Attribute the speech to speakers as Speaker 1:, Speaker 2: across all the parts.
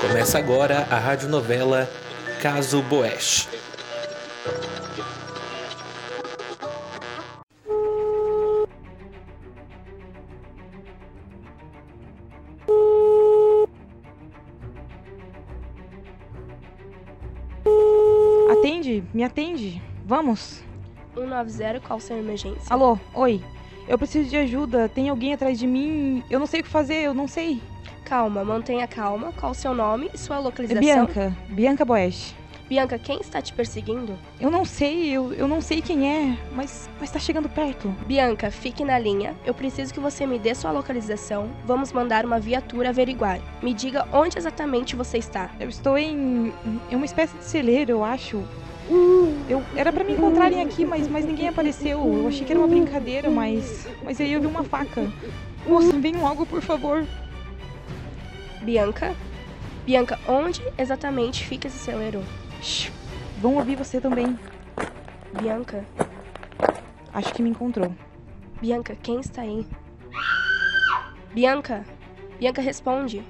Speaker 1: Começa agora a radionovela Caso Boesch.
Speaker 2: Atende, me atende. Vamos.
Speaker 3: 190, qual sua emergência?
Speaker 2: Alô, oi. Eu preciso de ajuda. Tem alguém atrás de mim? Eu não sei o que fazer, eu não sei.
Speaker 3: Calma, mantenha calma. Qual o seu nome e sua
Speaker 2: É
Speaker 3: localização?
Speaker 2: Bianca, Bianca Boesch.
Speaker 3: Bianca, quem está te perseguindo?
Speaker 2: Eu não sei, eu, eu não sei quem é, mas, mas tá chegando perto.
Speaker 3: Bianca, fique na linha. Eu preciso que você me dê sua localização. Vamos mandar uma viatura averiguar. Me diga onde exatamente você está.
Speaker 2: Eu estou em, em uma espécie de celeiro, eu acho. Eu, era pra me encontrarem aqui, mas, mas ninguém apareceu. Eu achei que era uma brincadeira, mas, mas aí eu vi uma faca. Moça, venham logo, por favor.
Speaker 3: Bianca? Bianca, onde exatamente fica esse celeiro?
Speaker 2: Shh, vão ouvir você também.
Speaker 3: Bianca?
Speaker 2: Acho que me encontrou.
Speaker 3: Bianca, quem está aí? Bianca? Bianca, responde.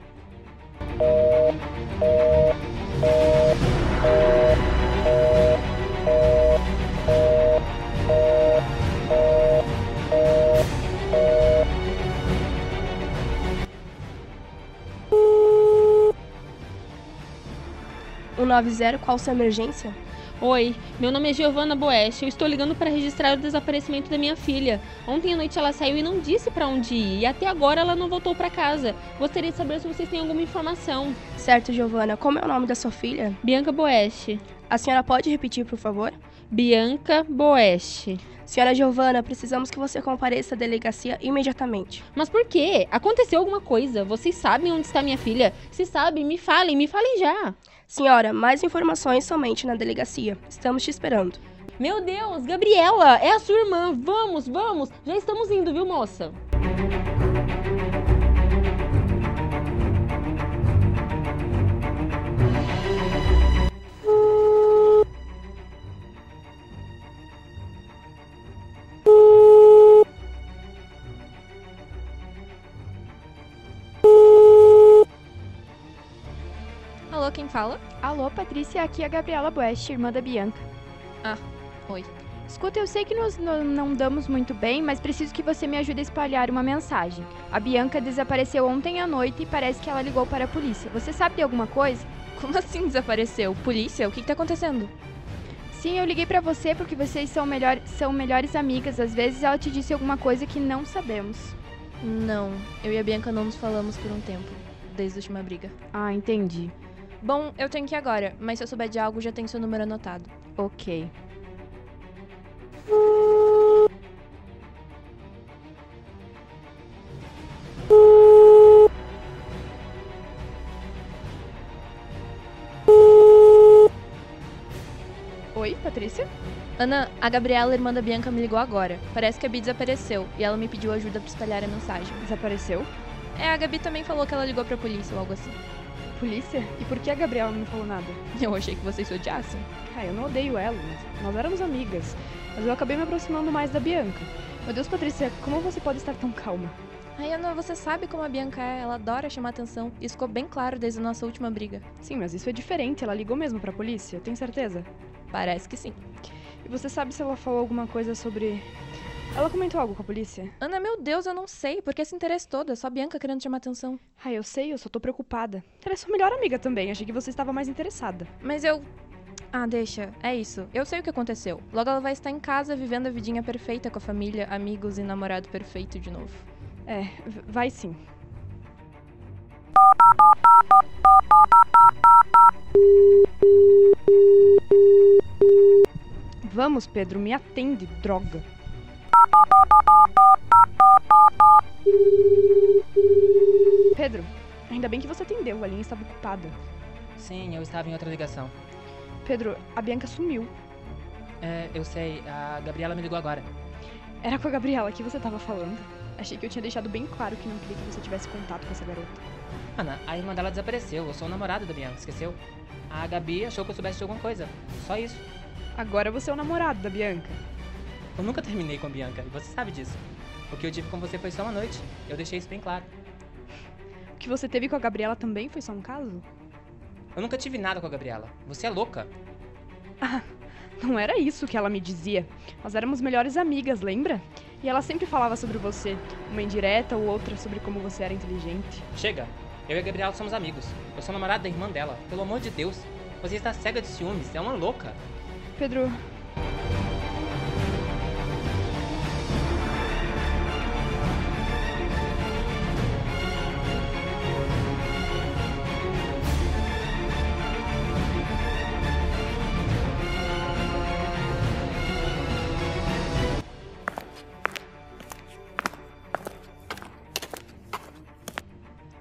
Speaker 3: Um 90, qual sua emergência?
Speaker 4: Oi, meu nome é Giovanna Boeste. Eu estou ligando para registrar o desaparecimento da minha filha. Ontem à noite ela saiu e não disse para onde ir, e até agora ela não voltou para casa. Gostaria de saber se vocês têm alguma informação.
Speaker 3: Certo, Giovana, como é o nome da sua filha?
Speaker 4: Bianca Boeste.
Speaker 3: A senhora pode repetir, por favor?
Speaker 4: Bianca Boeste.
Speaker 3: Senhora Giovana, precisamos que você compareça à delegacia imediatamente.
Speaker 4: Mas por quê? Aconteceu alguma coisa? Vocês sabem onde está minha filha? Se sabem, me falem, me falem já.
Speaker 3: Senhora, mais informações somente na delegacia. Estamos te esperando.
Speaker 4: Meu Deus, Gabriela, é a sua irmã. Vamos, vamos. Já estamos indo, viu, moça? Alô, quem fala?
Speaker 5: Alô, Patrícia, aqui é a Gabriela Boeste, irmã da Bianca.
Speaker 4: Ah, oi.
Speaker 5: Escuta, eu sei que nós no- não damos muito bem, mas preciso que você me ajude a espalhar uma mensagem. A Bianca desapareceu ontem à noite e parece que ela ligou para a polícia. Você sabe de alguma coisa?
Speaker 6: Como assim desapareceu? Polícia? O que, que tá acontecendo?
Speaker 5: Sim, eu liguei para você porque vocês são, melhor, são melhores amigas. Às vezes ela te disse alguma coisa que não sabemos.
Speaker 6: Não, eu e a Bianca não nos falamos por um tempo, desde a última briga.
Speaker 5: Ah, entendi.
Speaker 6: Bom, eu tenho que ir agora, mas se eu souber de algo, já tenho seu número anotado.
Speaker 5: Ok.
Speaker 6: Oi, Patrícia? Ana, a Gabriela, irmã da Bianca, me ligou agora. Parece que a Bi desapareceu e ela me pediu ajuda pra espalhar a mensagem.
Speaker 5: Desapareceu?
Speaker 6: É, a Gabi também falou que ela ligou pra polícia ou algo assim.
Speaker 5: Polícia? E por que a Gabriela não falou nada?
Speaker 6: Eu achei que vocês se odiassem.
Speaker 5: Ah, eu não odeio ela, mas nós éramos amigas. Mas eu acabei me aproximando mais da Bianca. Meu Deus, Patrícia, como você pode estar tão calma?
Speaker 6: Ai, Ana, você sabe como a Bianca é, ela adora chamar atenção. Isso ficou bem claro desde a nossa última briga.
Speaker 5: Sim, mas isso é diferente. Ela ligou mesmo pra polícia, tem certeza?
Speaker 6: Parece que sim.
Speaker 5: E você sabe se ela falou alguma coisa sobre. Ela comentou algo com a polícia?
Speaker 6: Ana, meu Deus, eu não sei. Por que esse interesse todo? É só a Bianca querendo chamar atenção.
Speaker 5: Ah, eu sei, eu só tô preocupada. Ela é sua melhor amiga também, achei que você estava mais interessada.
Speaker 6: Mas eu. Ah, deixa. É isso. Eu sei o que aconteceu. Logo ela vai estar em casa vivendo a vidinha perfeita com a família, amigos e namorado perfeito de novo.
Speaker 5: É, v- vai sim. Vamos, Pedro, me atende, droga. Pedro, ainda bem que você atendeu, a linha estava ocupada.
Speaker 7: Sim, eu estava em outra ligação.
Speaker 5: Pedro, a Bianca sumiu.
Speaker 7: É, eu sei, a Gabriela me ligou agora.
Speaker 5: Era com a Gabriela que você estava falando. Achei que eu tinha deixado bem claro que não queria que você tivesse contato com essa garota.
Speaker 7: Ana, a irmã dela desapareceu, eu sou o namorado da Bianca, esqueceu? A Gabi achou que eu soubesse de alguma coisa, só isso.
Speaker 5: Agora você é o namorado da Bianca.
Speaker 7: Eu nunca terminei com a Bianca, e você sabe disso. O que eu tive com você foi só uma noite, eu deixei isso bem claro.
Speaker 5: O que você teve com a Gabriela também foi só um caso?
Speaker 7: Eu nunca tive nada com a Gabriela. Você é louca.
Speaker 8: Não era isso que ela me dizia. Nós éramos melhores amigas, lembra? E ela sempre falava sobre você, uma indireta ou outra sobre como você era inteligente.
Speaker 7: Chega. Eu e a Gabriela somos amigos. Eu sou namorado da irmã dela. Pelo amor de Deus. Você está cega de ciúmes. É uma louca.
Speaker 8: Pedro,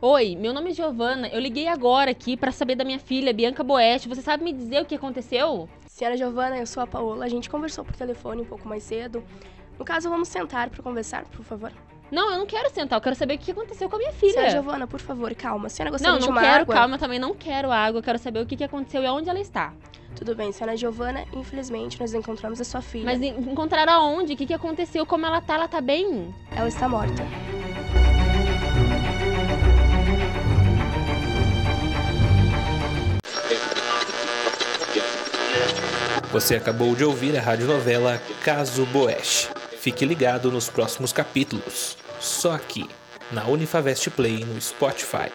Speaker 4: Oi, meu nome é Giovana. Eu liguei agora aqui pra saber da minha filha, Bianca Boeste. Você sabe me dizer o que aconteceu?
Speaker 3: Senhora Giovana, eu sou a Paola. A gente conversou por telefone um pouco mais cedo. No caso, vamos sentar para conversar, por favor.
Speaker 4: Não, eu não quero sentar. Eu quero saber o que aconteceu com a minha
Speaker 3: Senhora
Speaker 6: é.
Speaker 4: filha.
Speaker 3: é Giovana, por favor, calma. A senhora gostaria
Speaker 4: Não,
Speaker 3: de
Speaker 4: não
Speaker 3: uma
Speaker 4: quero,
Speaker 3: água?
Speaker 4: calma, eu também não quero água. Eu quero saber o que, que aconteceu e onde ela está.
Speaker 3: Tudo bem, senhora Giovana. Infelizmente, nós encontramos a sua filha.
Speaker 4: Mas en- encontraram aonde? O que, que aconteceu? Como ela tá? Ela tá bem?
Speaker 3: Ela está morta.
Speaker 1: Você acabou de ouvir a radionovela Caso Boesch. Fique ligado nos próximos capítulos. Só aqui, na Unifavest Play no Spotify.